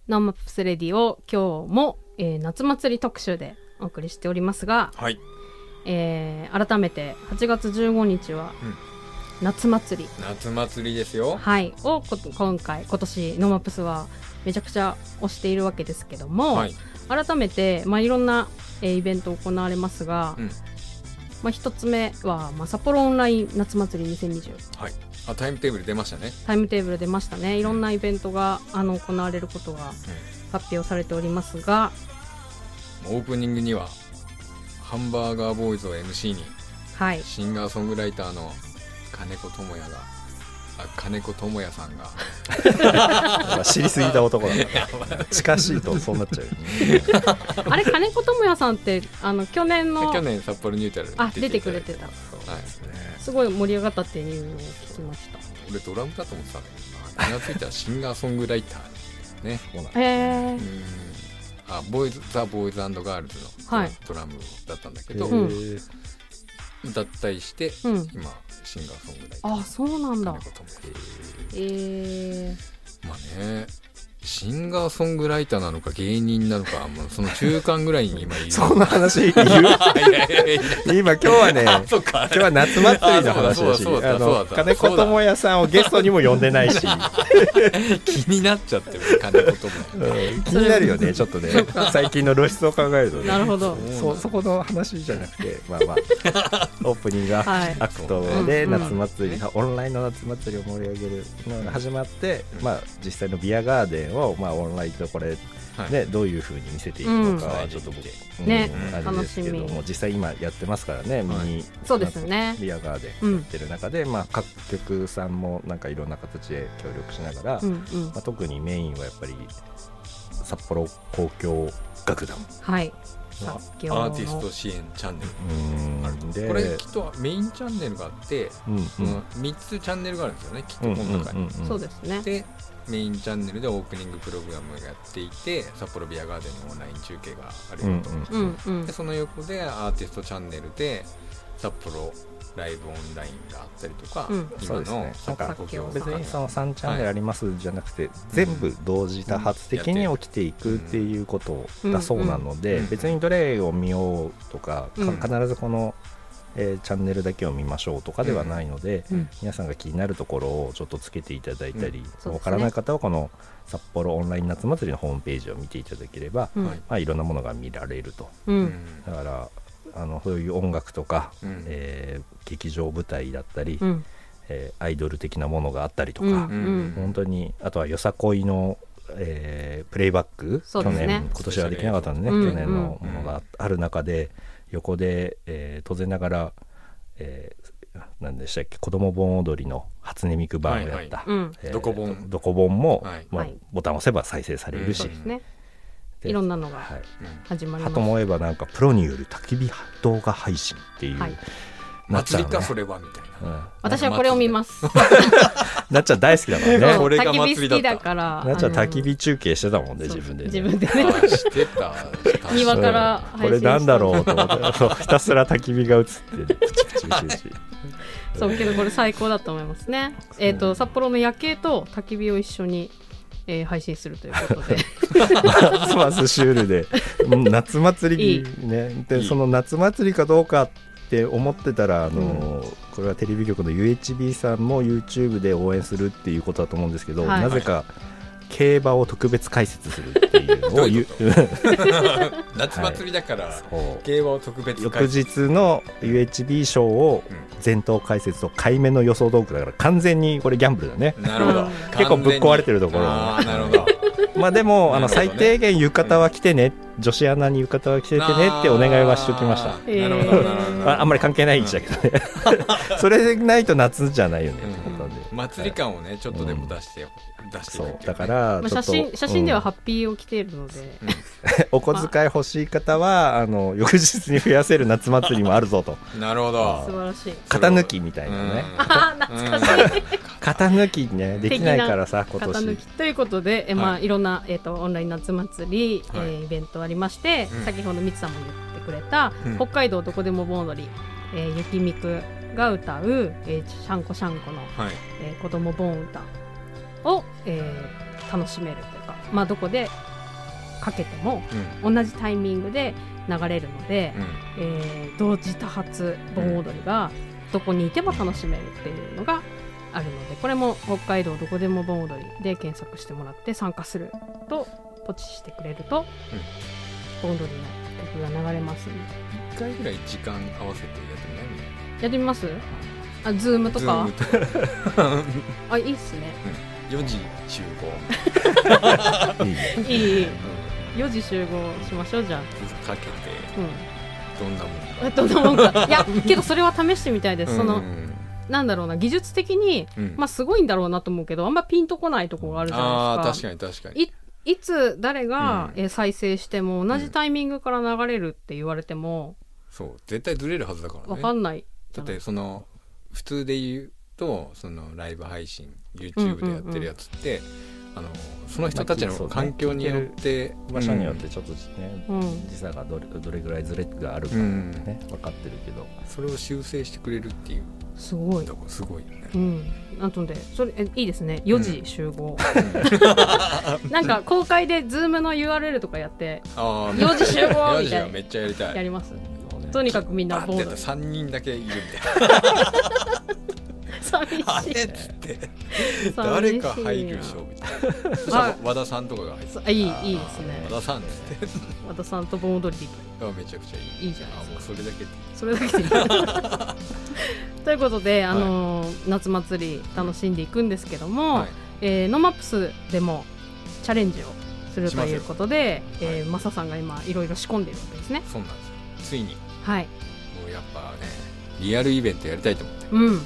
[SPEAKER 1] ナンマップスレディを今日も、えー夏祭り特集でお送りしておりますが、
[SPEAKER 2] はい
[SPEAKER 1] えー改めて8月15日は
[SPEAKER 2] うん
[SPEAKER 1] 夏祭り、
[SPEAKER 2] 夏祭りですよ
[SPEAKER 1] はいをこ今回今年ノーマップスはめちゃくちゃ推しているわけですけども、
[SPEAKER 2] はい
[SPEAKER 1] 改めて、まあ、いろんな、えーイベント行われますが、
[SPEAKER 2] うん
[SPEAKER 1] まあ、1つ目は、まあ、札幌オンライン夏祭り2020
[SPEAKER 2] はいあタイムテーブル出ましたね
[SPEAKER 1] タイムテーブル出ましたねいろんなイベントがあの行われることが発表されておりますが
[SPEAKER 2] オープニングにはハンバーガーボーイズを MC に [laughs]
[SPEAKER 1] はい
[SPEAKER 2] シンガーソングライターの金子智也があ金子智也さんが
[SPEAKER 3] 知りすぎた男だから近しいとそうなっちゃうよね
[SPEAKER 1] あれ金子智也さんってあの去年の
[SPEAKER 2] [laughs] 去年札幌ニュータルに
[SPEAKER 1] あ出て
[SPEAKER 2] い
[SPEAKER 1] く
[SPEAKER 2] だ
[SPEAKER 1] れ
[SPEAKER 2] い
[SPEAKER 1] てた
[SPEAKER 2] はい、
[SPEAKER 1] すごい盛り上がったっていうのを聞きまし
[SPEAKER 2] 俺ドラムだと思ってたんだけどな気がついたらシンガーソングライターね
[SPEAKER 3] そうなん
[SPEAKER 1] たへえ
[SPEAKER 2] うーんあボーイズザ・ボーイズガールズの
[SPEAKER 1] はい
[SPEAKER 2] ドラムだったんだけど、
[SPEAKER 3] だ
[SPEAKER 1] うん
[SPEAKER 3] へー
[SPEAKER 2] 脱退して、
[SPEAKER 1] うん
[SPEAKER 2] 今シンガーソングライター
[SPEAKER 1] あそうなんだ
[SPEAKER 2] 金子智也
[SPEAKER 1] えー、
[SPEAKER 2] まあねシンガーソングライターなのか芸人なのか、まあ、その中間ぐらいに今
[SPEAKER 1] [laughs]
[SPEAKER 2] いる
[SPEAKER 3] そんな話言う
[SPEAKER 2] いやいやいや
[SPEAKER 3] 今今日はね今
[SPEAKER 2] っか
[SPEAKER 3] 日は夏祭りの話だし
[SPEAKER 2] そうだ
[SPEAKER 3] あ
[SPEAKER 2] そうだそうだ
[SPEAKER 3] の
[SPEAKER 2] そうだ
[SPEAKER 3] 金子智也さんをゲストにも呼んでないし、
[SPEAKER 2] 気になっちゃってる金子とも
[SPEAKER 3] うん気になるよねちょっとね最近の露出を考えるとね
[SPEAKER 1] なるほ
[SPEAKER 2] [laughs]
[SPEAKER 1] ど
[SPEAKER 2] そう
[SPEAKER 3] そそこの話じゃなくて、まあまあ、オープニングア,、
[SPEAKER 1] はい
[SPEAKER 3] アクトで
[SPEAKER 1] うんうん
[SPEAKER 3] 夏祭り、オンラインの夏祭りを盛り上げるのが始まって、まあ、実際のビアガーデンを、まあ、オンラインとこれ、ね
[SPEAKER 2] はい
[SPEAKER 3] どういうふうに見せていくのかはちょっと僕、うん
[SPEAKER 1] ね
[SPEAKER 3] あれですけど
[SPEAKER 1] 楽し
[SPEAKER 3] も
[SPEAKER 1] み
[SPEAKER 3] 実際今やってますからね、ミニ
[SPEAKER 1] そうですよね
[SPEAKER 3] ビアガーデン
[SPEAKER 1] うん
[SPEAKER 3] やってる中で、まあ、各局さんもなんかいろんな形で協力しながら、
[SPEAKER 1] うんう
[SPEAKER 3] ま
[SPEAKER 1] ん
[SPEAKER 3] あ、特にメインはやっぱり札幌交響楽団
[SPEAKER 1] はいさつきおの
[SPEAKER 2] アーティスト支援チャンネル
[SPEAKER 3] うん
[SPEAKER 2] あるんです
[SPEAKER 3] で
[SPEAKER 2] これきっとメインチャンネルがあって、
[SPEAKER 3] うんうん
[SPEAKER 2] その3つチャンネルがあるんですよねきっと
[SPEAKER 3] うん
[SPEAKER 2] こ
[SPEAKER 3] うん
[SPEAKER 2] の中に。
[SPEAKER 3] うん
[SPEAKER 1] そうですね
[SPEAKER 2] でメインチャンネルでオープニングプログラムをやっていて札幌ビアガーデンのオンライン中継がある
[SPEAKER 3] う
[SPEAKER 2] よ
[SPEAKER 3] ん
[SPEAKER 2] と、
[SPEAKER 3] う
[SPEAKER 1] うんんうん
[SPEAKER 2] でその横でアーティストチャンネルで札幌ライブオンラインがあったりとか、
[SPEAKER 1] うん
[SPEAKER 3] そ
[SPEAKER 2] 今
[SPEAKER 3] うですね
[SPEAKER 2] の札幌故郷
[SPEAKER 3] 別にそ
[SPEAKER 2] の
[SPEAKER 3] の3チャンネルありますじゃなくて、全部同時多発的に起きていくっていうことだそうなので、
[SPEAKER 2] うん
[SPEAKER 3] 別にどれを見ようとか,か、
[SPEAKER 1] うん
[SPEAKER 3] 必ずこの、えーチャンネルだけを見ましょうとかではないので、
[SPEAKER 1] うん
[SPEAKER 3] 皆さんが気になるところをちょっとつけていただいたり
[SPEAKER 2] うん
[SPEAKER 1] すね
[SPEAKER 3] わ、からない方はこの札幌オンライン夏祭りのホームページを見ていただければ、
[SPEAKER 1] うん
[SPEAKER 2] はい
[SPEAKER 3] まあ、いろんなものが見られると
[SPEAKER 1] う
[SPEAKER 2] うんん
[SPEAKER 3] だからあのそういう音楽とか、
[SPEAKER 2] うん
[SPEAKER 3] えー劇場舞台だったり、
[SPEAKER 1] うん
[SPEAKER 3] えーアイドル的なものがあったりとか、
[SPEAKER 1] うんう
[SPEAKER 2] うん
[SPEAKER 3] 本当にあとはよさこいの、えープレイバック、
[SPEAKER 1] そう
[SPEAKER 3] 去
[SPEAKER 1] ですね
[SPEAKER 3] 年今年はできなかったんでね、
[SPEAKER 1] うん
[SPEAKER 3] 去年のものがある中で、横で、えー当然ながら、えー何でしたっけ子供盆踊りの初音ミク版をやった、
[SPEAKER 1] うん
[SPEAKER 3] えー
[SPEAKER 2] どこぼん
[SPEAKER 3] どこぼんも、
[SPEAKER 2] はい
[SPEAKER 3] まあ
[SPEAKER 1] はい、
[SPEAKER 3] ボタン押せば再生される
[SPEAKER 1] そう
[SPEAKER 3] し、
[SPEAKER 1] ですね
[SPEAKER 3] で
[SPEAKER 1] いろんなのが
[SPEAKER 3] はい、
[SPEAKER 1] 始まりま
[SPEAKER 3] か
[SPEAKER 1] す
[SPEAKER 3] と思えばなんかプロによる焚き火動画配信っていう、
[SPEAKER 1] はい
[SPEAKER 3] なっちゃ
[SPEAKER 2] 祭
[SPEAKER 3] う
[SPEAKER 2] りか
[SPEAKER 3] ね
[SPEAKER 2] それはみたいな、
[SPEAKER 3] うん
[SPEAKER 1] 私はこれを見ます
[SPEAKER 3] なっちゃん大好きだからね
[SPEAKER 1] [laughs] そう
[SPEAKER 2] これが
[SPEAKER 1] 焚き
[SPEAKER 2] 祭
[SPEAKER 1] 火好
[SPEAKER 2] りだった
[SPEAKER 1] きだから
[SPEAKER 3] なっちゃん
[SPEAKER 1] あの
[SPEAKER 3] 焚き火中継してたもんね
[SPEAKER 1] そう
[SPEAKER 3] 自分で、ね、
[SPEAKER 1] 自分で
[SPEAKER 2] あ
[SPEAKER 1] ね [laughs]
[SPEAKER 2] ーしてた
[SPEAKER 1] 庭
[SPEAKER 3] そう
[SPEAKER 1] から配信
[SPEAKER 3] これなんだろうと思 [laughs] ってそうひたすら焚き火が映ってるプチプチプチプチ
[SPEAKER 1] そうけどこれ最高だと思いますねえっと札幌の夜景と焚き火を一緒にえー配信するということ
[SPEAKER 3] [laughs]
[SPEAKER 1] で
[SPEAKER 3] ますますシュールでうん夏祭りね
[SPEAKER 2] い
[SPEAKER 3] で
[SPEAKER 2] い
[SPEAKER 3] その夏祭りかどうかって思ってたらあの、これはテレビ局の UHB さんも YouTube で応援するっていうことだと思うんですけど、
[SPEAKER 1] はい
[SPEAKER 3] なぜか競馬を特別解説するっていうのを
[SPEAKER 2] どういうこ
[SPEAKER 3] [laughs]
[SPEAKER 2] 夏
[SPEAKER 3] 祭
[SPEAKER 2] 祭りだから、
[SPEAKER 3] そう
[SPEAKER 2] 競馬を特別
[SPEAKER 3] 翌日の UHB 賞を
[SPEAKER 2] うん
[SPEAKER 3] 前頭解説と解明の予想道具だから完全にこれギャンブルだね
[SPEAKER 2] なるほど、
[SPEAKER 1] うん
[SPEAKER 3] 結構ぶっ壊れてるところ
[SPEAKER 2] ああなるほど
[SPEAKER 3] まあでも、あ
[SPEAKER 2] なる
[SPEAKER 3] の
[SPEAKER 2] ほどね
[SPEAKER 3] 最低限浴衣は着てね、女子アナに浴衣は着ててねってお願いはしておきました
[SPEAKER 2] あーなるほどなるほど、
[SPEAKER 3] ああんまり関係ない位置だけどね [laughs] それでないと夏じゃないよね、ってことで
[SPEAKER 2] 祭り感をねちょっとでも出して、出してい
[SPEAKER 3] そ
[SPEAKER 2] くっていうね
[SPEAKER 3] だから
[SPEAKER 1] まあ
[SPEAKER 3] ちょ
[SPEAKER 1] 写
[SPEAKER 3] っと
[SPEAKER 1] 真写真では
[SPEAKER 3] うん
[SPEAKER 1] ハッピーを着ているので
[SPEAKER 3] [laughs] お小遣い欲しい方はあの翌日に増やせる夏祭りもある
[SPEAKER 2] [laughs]
[SPEAKER 3] ぞと
[SPEAKER 2] なるほ
[SPEAKER 3] あ
[SPEAKER 2] ど
[SPEAKER 1] 素晴らし
[SPEAKER 3] [laughs]
[SPEAKER 1] い
[SPEAKER 3] 型抜きみたいなね
[SPEAKER 2] うん
[SPEAKER 1] あー懐かしい
[SPEAKER 3] 型抜きねできないからさ今
[SPEAKER 1] 型
[SPEAKER 3] 年
[SPEAKER 1] 抜きということで、えまあ、
[SPEAKER 2] はい
[SPEAKER 1] ろんな、えー、とオンライン夏祭り、
[SPEAKER 2] はい
[SPEAKER 1] えーイベントありまして、
[SPEAKER 2] うん
[SPEAKER 1] 先ほどみつさんも言ってくれた、
[SPEAKER 2] うん
[SPEAKER 1] 北海道どこでも盆踊り、えー、雪みくが歌う、えー、シャンコシャンコの、
[SPEAKER 2] はい
[SPEAKER 1] えー、子供盆歌を、えー楽しめるというか、まあ、どこでかけても
[SPEAKER 2] うん
[SPEAKER 1] 同じタイミングで流れるので、
[SPEAKER 2] うん
[SPEAKER 1] えー同時多発盆踊りがどこにいても楽しめるっていうのがあるのでこれも北海道どこでも盆踊りで検索してもらって参加するとポチしてくれると、盆踊りの曲が流れますんで
[SPEAKER 2] 一回ぐらい時間合わせてやってみないみ
[SPEAKER 1] やってみますあズームと
[SPEAKER 2] たいな
[SPEAKER 1] か
[SPEAKER 2] ズームとか
[SPEAKER 1] あいいっすね
[SPEAKER 2] 4時集合、
[SPEAKER 3] いいね
[SPEAKER 1] いいいい
[SPEAKER 2] うん
[SPEAKER 1] 4時集合しましょうじゃあ
[SPEAKER 2] かけて
[SPEAKER 1] う
[SPEAKER 2] どんなも
[SPEAKER 1] んえどんなもん
[SPEAKER 2] [laughs]
[SPEAKER 1] かいやけどそれは試してみたいです、
[SPEAKER 2] の
[SPEAKER 1] その
[SPEAKER 2] うん
[SPEAKER 1] なんだろうな技術的に
[SPEAKER 2] うん
[SPEAKER 1] まあすごいんだろうなと思うけどあんまピンとこないとこがあるじゃ
[SPEAKER 2] あ
[SPEAKER 1] ない
[SPEAKER 2] あ
[SPEAKER 1] ですか
[SPEAKER 2] 確かに確かに
[SPEAKER 1] いいつ誰が、
[SPEAKER 2] うん
[SPEAKER 1] えー再生しても同じタイミングから流れるって言われても
[SPEAKER 2] そう絶対ずれるはずだからね
[SPEAKER 1] 分かんないじ
[SPEAKER 2] だ
[SPEAKER 1] ゃ
[SPEAKER 2] っ
[SPEAKER 1] ない
[SPEAKER 2] てその普通で言うとそのライブ配信 YouTube でやってるやつって、あのその人たち
[SPEAKER 3] まあそ
[SPEAKER 2] の
[SPEAKER 3] うね
[SPEAKER 2] 環境によって
[SPEAKER 3] 場所によってちょっとね
[SPEAKER 1] うん
[SPEAKER 3] 時差がどれどれぐらいずれがあるか
[SPEAKER 2] う
[SPEAKER 3] って
[SPEAKER 2] ん、
[SPEAKER 3] ね分かってるけど
[SPEAKER 2] それを修正してくれるっていう
[SPEAKER 1] すごい
[SPEAKER 2] と。こすごいよね
[SPEAKER 3] [laughs]
[SPEAKER 1] うん、なのでそれえいいですね4時集合、なんか公開で Zoom の URL とかやって
[SPEAKER 2] あ
[SPEAKER 1] [laughs]
[SPEAKER 2] あ
[SPEAKER 1] 4時集合
[SPEAKER 2] 4
[SPEAKER 1] み
[SPEAKER 2] 時
[SPEAKER 1] た
[SPEAKER 2] は
[SPEAKER 1] な
[SPEAKER 2] いめっちゃやりた
[SPEAKER 1] や
[SPEAKER 2] い
[SPEAKER 1] ります
[SPEAKER 3] そうね
[SPEAKER 1] とにかくみんな
[SPEAKER 2] あっ
[SPEAKER 1] ボ
[SPEAKER 2] てや
[SPEAKER 1] ード
[SPEAKER 2] った
[SPEAKER 1] で
[SPEAKER 2] 3人だけいるみたい
[SPEAKER 1] [laughs] 寂
[SPEAKER 2] なあ
[SPEAKER 1] しい
[SPEAKER 2] れっつって
[SPEAKER 1] 寂し
[SPEAKER 2] 誰
[SPEAKER 1] いな
[SPEAKER 2] か入るでしょみたいなそしたら和田さんとかが入って
[SPEAKER 1] そあいいいいですね
[SPEAKER 2] 和田さんっつって
[SPEAKER 1] 和田さんと盆踊り
[SPEAKER 2] あめちゃくちゃいい
[SPEAKER 1] いいじゃないですか
[SPEAKER 2] あもうそれだけで
[SPEAKER 1] それだけでいい
[SPEAKER 2] [laughs]
[SPEAKER 1] ということで、あのー夏祭り楽しんでいくんですけども、
[SPEAKER 2] はい
[SPEAKER 1] えー、ノマップスでもチャレンジをする
[SPEAKER 2] し
[SPEAKER 1] と
[SPEAKER 2] ます
[SPEAKER 1] い
[SPEAKER 2] よ
[SPEAKER 1] うことで、
[SPEAKER 2] はい
[SPEAKER 1] えーマサさんが今いろいろ仕込んでいるわけですね。
[SPEAKER 2] そうなんですよついに
[SPEAKER 1] はい、
[SPEAKER 2] もうやっぱねリアルイベントやりたいと思って
[SPEAKER 1] うん、
[SPEAKER 2] うん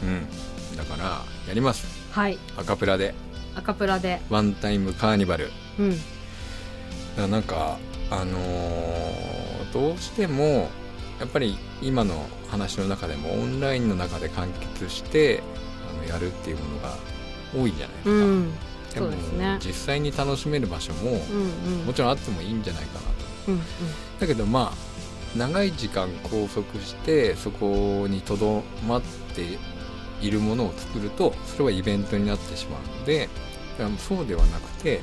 [SPEAKER 2] だからやります
[SPEAKER 1] はい、
[SPEAKER 2] アカプラで
[SPEAKER 1] アカプラで、
[SPEAKER 2] ワンタイムカーニバルだか
[SPEAKER 1] うん、
[SPEAKER 2] らなんかあのーどうしてもやっぱり今の話の中でもオンラインの中で完結してあのやるっていうものが多いじゃないですか、
[SPEAKER 1] うん
[SPEAKER 2] で
[SPEAKER 1] そ
[SPEAKER 2] も
[SPEAKER 1] うですね
[SPEAKER 2] 実際に楽しめる場所も
[SPEAKER 1] うんうん
[SPEAKER 2] もちろんあってもいいんじゃないかなと
[SPEAKER 1] うん
[SPEAKER 2] だけどまあ長い時間拘束してそこにとどまっているものを作るとそれはイベントになってしまうのでだからそうではなくて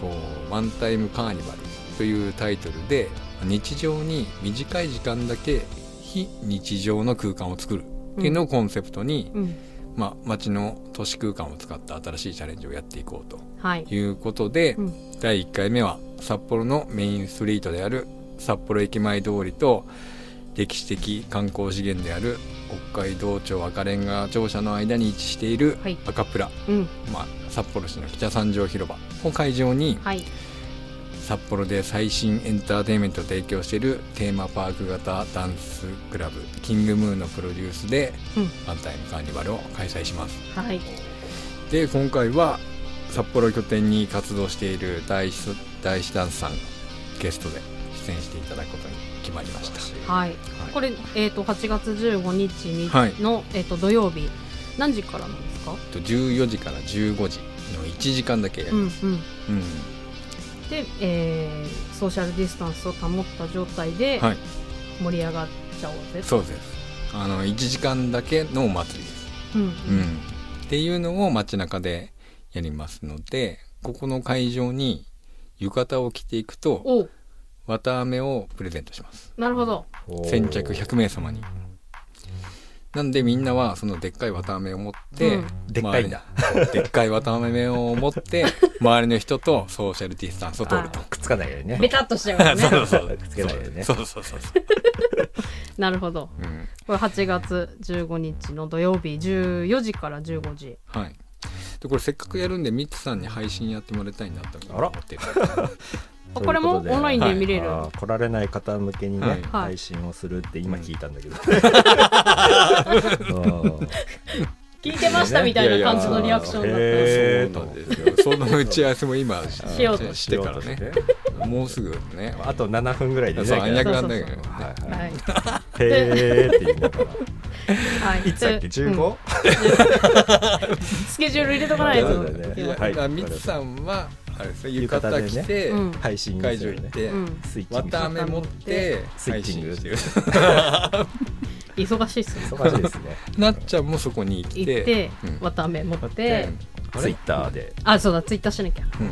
[SPEAKER 2] こう「ワンタイムカーニバル」というタイトルで日常に短い時間だけ非日常の空間を作る
[SPEAKER 1] う
[SPEAKER 2] っ
[SPEAKER 1] ん
[SPEAKER 2] ていうのをコンセプトに、
[SPEAKER 1] うんうん
[SPEAKER 2] まあ、街の都市空間を使った新しいチャレンジをやっていこうと
[SPEAKER 1] はい
[SPEAKER 2] いうことで、
[SPEAKER 1] うん
[SPEAKER 2] 第1回目は札幌のメインストリートである札幌駅前通りと歴史的観光資源である北海道庁赤レンガ庁舎の間に位置している
[SPEAKER 1] はい
[SPEAKER 2] 赤プラ、
[SPEAKER 1] うん
[SPEAKER 2] まあ、札幌市の北三条広場を会場に
[SPEAKER 1] はい
[SPEAKER 2] 札幌で最新エンターテインメントを提供しているテーマパーク型ダンスクラブキングムーンのプロデュースで
[SPEAKER 1] うん
[SPEAKER 2] ワンタイムカーニバルを開催します。
[SPEAKER 1] はい
[SPEAKER 2] で今回は札幌を拠点に活動している大志大志ダンスさんゲストで出演していただくことに決まりました
[SPEAKER 1] はい
[SPEAKER 2] はい
[SPEAKER 1] これえっ、と8月15日に
[SPEAKER 2] はい
[SPEAKER 1] の、えっ、と土曜日何時からなんですか？
[SPEAKER 2] えっと14時から15時の1時間だけやり
[SPEAKER 1] うんう
[SPEAKER 2] ま
[SPEAKER 1] ん
[SPEAKER 2] す、うん
[SPEAKER 1] で、えーソーシャルディスタンスを保った状態で
[SPEAKER 2] はい
[SPEAKER 1] 盛り上がっちゃおうぜ。
[SPEAKER 2] そうですあの1時間だけのお祭りです、
[SPEAKER 1] うん
[SPEAKER 2] うんっていうのを街中でやりますのでここの会場に浴衣を着ていくと
[SPEAKER 1] おう
[SPEAKER 2] 綿あめをプレゼントします
[SPEAKER 1] なるほ
[SPEAKER 3] [laughs]
[SPEAKER 1] ど。
[SPEAKER 2] 先着100名様になんでみんなはそのでっかい綿あめを持って、
[SPEAKER 1] うん
[SPEAKER 3] でっかいんだ
[SPEAKER 2] 周りに [laughs] でっかい綿あめを持って周りの人とソーシャルディスタンスを取ると
[SPEAKER 3] くっつかないようにね
[SPEAKER 1] ベタっとしちゃうよね。
[SPEAKER 3] [laughs] そうそうくっつけないようにね
[SPEAKER 2] そうそうそうそう、
[SPEAKER 1] なるほど。
[SPEAKER 2] うん
[SPEAKER 1] これ8月15日の土曜日14時から15時。
[SPEAKER 2] はいでこれせっかくやるんでミッツさんに配信やってもらいたいなと
[SPEAKER 3] あら
[SPEAKER 2] 思ってる
[SPEAKER 1] あこれも
[SPEAKER 3] というと
[SPEAKER 1] オンラインで見れる。
[SPEAKER 3] あー来られない方向けにね、
[SPEAKER 2] はい
[SPEAKER 3] 配信をするって今聞いたんだ
[SPEAKER 1] [laughs]
[SPEAKER 3] けど、うん
[SPEAKER 1] 聞いてましたみたいな感じのリアクションだったんです
[SPEAKER 3] いやいやいやへー
[SPEAKER 2] そうなんですよその打ち合わせも
[SPEAKER 3] [laughs]
[SPEAKER 2] 今し
[SPEAKER 1] しようと
[SPEAKER 2] してからねもうすぐね
[SPEAKER 3] あと7分ぐらいでね
[SPEAKER 2] そう暗躍
[SPEAKER 1] そ
[SPEAKER 2] な
[SPEAKER 1] うんそうそう
[SPEAKER 2] だけどね
[SPEAKER 3] はいは
[SPEAKER 1] はいい。
[SPEAKER 3] へーって言いながら
[SPEAKER 1] はい。
[SPEAKER 3] いつだっけ
[SPEAKER 1] で
[SPEAKER 3] 15?、
[SPEAKER 1] うんスケジュール入れとかない
[SPEAKER 3] そう
[SPEAKER 1] と
[SPEAKER 3] だ。ね
[SPEAKER 1] いけない
[SPEAKER 3] はい
[SPEAKER 2] あミッツさんはあれですね浴
[SPEAKER 3] 浴衣
[SPEAKER 2] 衣
[SPEAKER 3] でね
[SPEAKER 2] 着て、
[SPEAKER 1] うん
[SPEAKER 3] 配信
[SPEAKER 2] 会場行って、
[SPEAKER 1] うん。
[SPEAKER 3] スイッチング
[SPEAKER 2] 綿あめ持って
[SPEAKER 3] スイッチング
[SPEAKER 2] 配信してる
[SPEAKER 1] 忙しいっすね。
[SPEAKER 3] 忙しいですね
[SPEAKER 2] なっちゃんもそこに来
[SPEAKER 1] 行ってて
[SPEAKER 2] うん、
[SPEAKER 1] わたあめ持っ
[SPEAKER 2] で
[SPEAKER 1] て、
[SPEAKER 2] あれ
[SPEAKER 3] ツイッターで
[SPEAKER 1] あ、そうだ、ツイッターしなきゃ。
[SPEAKER 2] うん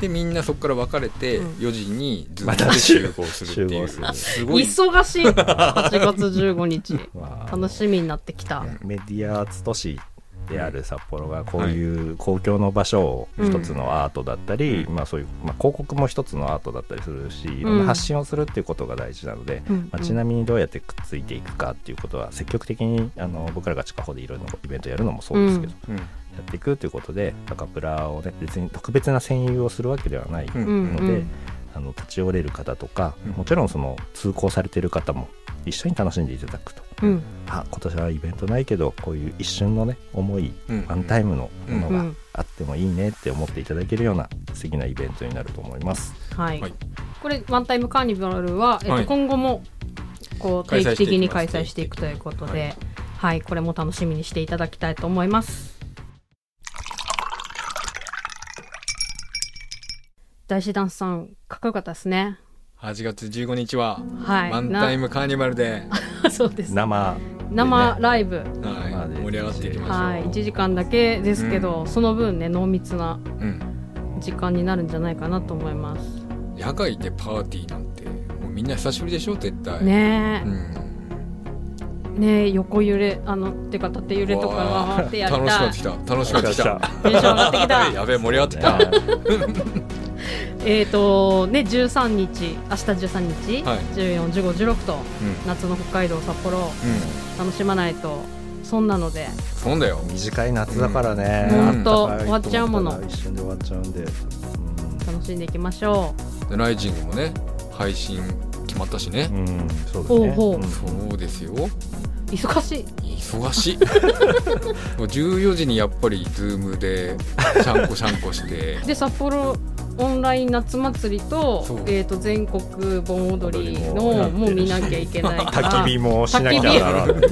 [SPEAKER 2] でみんなそこから別れて、
[SPEAKER 1] うん
[SPEAKER 2] 4時にズ
[SPEAKER 3] ま
[SPEAKER 2] ーム
[SPEAKER 3] た
[SPEAKER 2] で
[SPEAKER 3] 集
[SPEAKER 2] 集合するっていう
[SPEAKER 3] 集合
[SPEAKER 2] すごい
[SPEAKER 1] 忙しい !8 月15日。
[SPEAKER 2] [laughs]
[SPEAKER 3] まあ
[SPEAKER 1] 楽しみになってきた。
[SPEAKER 3] メディアアーツ都市である札幌がこういう公共の場所を一つのアートだったり、まあ、そういう、まあ、広告も一つのアートだったりするしいろんな発信をするっていうことが大事なので、
[SPEAKER 1] うん
[SPEAKER 3] まあ、ちなみにどうやってくっついていくかっていうことは積極的にあの僕らが近くでいろんなイベントやるのもそうですけど、
[SPEAKER 2] うん
[SPEAKER 3] やっていくということで赤プラをね別に特別な占有をするわけではないの
[SPEAKER 2] う
[SPEAKER 3] で、
[SPEAKER 2] ん
[SPEAKER 1] うんうん
[SPEAKER 3] あの立ち寄れる方とか、
[SPEAKER 2] うん
[SPEAKER 3] もちろんその通行されてる方も一緒に楽しんでいただくと
[SPEAKER 1] うん。
[SPEAKER 3] あ今年はイベントないけどこういう一瞬のね思い
[SPEAKER 2] うん
[SPEAKER 3] ワンタイムのもの
[SPEAKER 1] う
[SPEAKER 3] が
[SPEAKER 1] ん。
[SPEAKER 3] あってもいいねって思っていただけるような素敵なイベントになると思います。
[SPEAKER 1] は
[SPEAKER 2] はいい。
[SPEAKER 1] これ、ワンタイムカーニバルは、えっ
[SPEAKER 2] は
[SPEAKER 1] と、
[SPEAKER 2] い
[SPEAKER 1] 今後も、こう、定期的に開
[SPEAKER 2] 開
[SPEAKER 1] 催
[SPEAKER 2] 催
[SPEAKER 1] し
[SPEAKER 2] してて
[SPEAKER 1] い
[SPEAKER 2] い
[SPEAKER 1] く
[SPEAKER 2] きます
[SPEAKER 1] ということ
[SPEAKER 2] は
[SPEAKER 1] で、はい、これも楽しみにしていただきたいと思います。大師ダンスさん、かっこよかったですね。
[SPEAKER 2] 8月15日は
[SPEAKER 1] はい。
[SPEAKER 2] ワンタイムカーニバルで、
[SPEAKER 1] な。 [laughs] そうです。
[SPEAKER 3] 生
[SPEAKER 1] 生ライブ。
[SPEAKER 2] は
[SPEAKER 3] まあ
[SPEAKER 2] い
[SPEAKER 3] ね
[SPEAKER 2] 盛り上がっていきましょう、
[SPEAKER 1] はい、1時間だけですけど、その分ね濃密な
[SPEAKER 2] うん
[SPEAKER 1] 時間になるんじゃないかなと思います
[SPEAKER 2] 野外でパーティーなんてもうみんな久しぶりでしょ絶対、
[SPEAKER 1] ね
[SPEAKER 2] うん、
[SPEAKER 1] え、ねえ横揺れあのてか縦揺れと
[SPEAKER 3] [laughs]
[SPEAKER 1] か
[SPEAKER 2] わ
[SPEAKER 1] わーってやり
[SPEAKER 2] 楽しく
[SPEAKER 1] た
[SPEAKER 2] ないってき
[SPEAKER 1] テ
[SPEAKER 2] た楽しくなってきた
[SPEAKER 1] ンション上がってき
[SPEAKER 3] [laughs]
[SPEAKER 1] た
[SPEAKER 2] やべえ盛り上がってきた、
[SPEAKER 1] えっとね13日明日13日、
[SPEAKER 2] はい
[SPEAKER 1] 141516と
[SPEAKER 2] うんうん、
[SPEAKER 1] 夏の北海道札幌を楽しまないと損なので
[SPEAKER 2] そうだよ
[SPEAKER 3] 短い夏だからね、
[SPEAKER 2] うん
[SPEAKER 3] あったかい
[SPEAKER 1] ほんと終わっちゃうもの
[SPEAKER 3] と思ったら一瞬で終わっちゃうんで、
[SPEAKER 1] 楽しんでいきましょ
[SPEAKER 2] でライジングもね配信決まったしね
[SPEAKER 3] う、んうんそうです
[SPEAKER 1] ほう
[SPEAKER 3] ね
[SPEAKER 1] ほう
[SPEAKER 3] うん
[SPEAKER 2] そうですよ
[SPEAKER 1] う忙しい
[SPEAKER 2] 忙しいもう14時にやっぱりズームでシャンコシャンコして
[SPEAKER 1] で札幌オンライン夏祭りと
[SPEAKER 2] そう
[SPEAKER 1] えー、と全国盆踊り
[SPEAKER 3] 踊りも
[SPEAKER 1] の
[SPEAKER 3] やってるし
[SPEAKER 1] もう見なきゃいけないから
[SPEAKER 3] [laughs] 焚き火もしなきゃならないしもう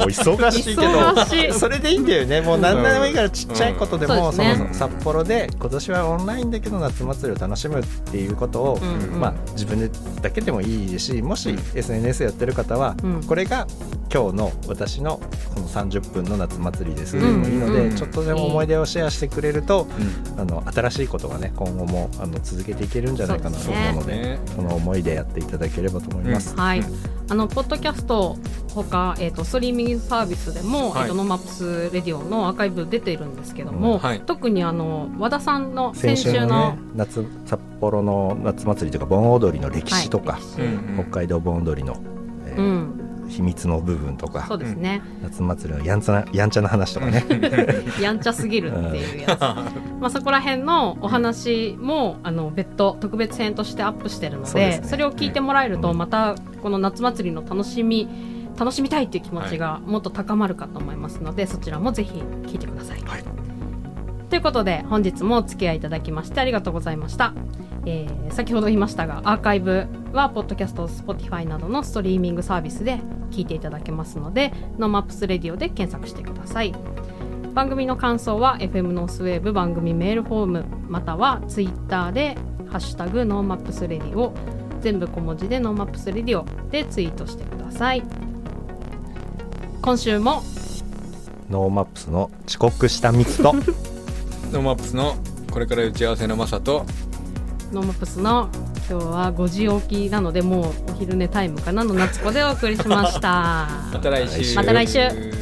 [SPEAKER 3] 忙しいけど
[SPEAKER 1] 忙しい
[SPEAKER 3] それでいいんだよねもう何でもいいからちっちゃいことでも、
[SPEAKER 1] うん
[SPEAKER 3] そ
[SPEAKER 1] そうで
[SPEAKER 3] も
[SPEAKER 1] す
[SPEAKER 3] そ
[SPEAKER 1] ね
[SPEAKER 3] も札幌で今年はオンラインだけど夏祭りを楽しむっていうことを、
[SPEAKER 1] うんうん
[SPEAKER 3] まあ、自分でだけでもいいしもし
[SPEAKER 2] うん
[SPEAKER 3] SNS やってる方は、
[SPEAKER 1] うん
[SPEAKER 3] これが今日の私のこの30分の夏祭りですでもいいので、
[SPEAKER 2] うん
[SPEAKER 3] ちょっとでも思い出をシェアしてくれると、
[SPEAKER 2] う
[SPEAKER 3] あの新しいことがね今後もあの続けていけるんじゃないかなと思うの
[SPEAKER 2] ん
[SPEAKER 3] で
[SPEAKER 2] ね
[SPEAKER 3] この思いでやっていただければと思います。
[SPEAKER 1] はい、
[SPEAKER 2] うん
[SPEAKER 1] あのポッドキャストほか、えー、とストリーミングサービスでも、
[SPEAKER 2] はい
[SPEAKER 1] えー、とノーマップスレディオのアーカイブ出ているんですけども、
[SPEAKER 2] うんはい
[SPEAKER 1] 特にあの和田さんの先
[SPEAKER 3] 先
[SPEAKER 1] 週
[SPEAKER 3] 週の,、ね、
[SPEAKER 1] の
[SPEAKER 3] 夏札幌の夏祭りというか盆踊りの歴史とか、
[SPEAKER 1] はい歴史
[SPEAKER 2] うんうん
[SPEAKER 3] 北海道盆踊りの、え
[SPEAKER 1] う
[SPEAKER 3] ー
[SPEAKER 1] ん、
[SPEAKER 3] 秘密の部分と
[SPEAKER 1] そう
[SPEAKER 3] か
[SPEAKER 1] ですね、
[SPEAKER 3] 夏祭りのやんちゃなやんちゃな話とかね、
[SPEAKER 1] やんちゃすぎるっていうやつ、 [laughs] まあ、そこら辺のお話も、あの別途特別編としてアップしてるので
[SPEAKER 3] そう
[SPEAKER 1] そ
[SPEAKER 3] ですね
[SPEAKER 1] れを聞いてもらえると、
[SPEAKER 3] うん
[SPEAKER 1] またこの夏祭りの楽しみ楽しみたいっていう気持ちがもっと高まるかと思いますので、そちらもぜひ聞いてください。
[SPEAKER 3] はい
[SPEAKER 1] ということで本日もお付き合いいただきましてありがとうございました、えー先ほど言いましたがアーカイブはポッドキャスト Spotify などのストリーミングサービスで聞いていただけますので「ノーマップスレディオ」で検索してください番組の感想は FM ノースウェーブ番組メールフォームまたは Twitter で「ハッシュタグノーマップスレディオ」全部小文字で「ノーマップスレディオ」でツイートしてください今週も
[SPEAKER 3] ノーマップスの遅刻した
[SPEAKER 1] [laughs]
[SPEAKER 3] 密と
[SPEAKER 2] ノーマップスのこれから打ち合わせのマサと
[SPEAKER 1] ノーマップスの今日は5時起きなのでもうお昼寝タイムかなの夏子でお送りしました
[SPEAKER 2] また来週
[SPEAKER 1] また来週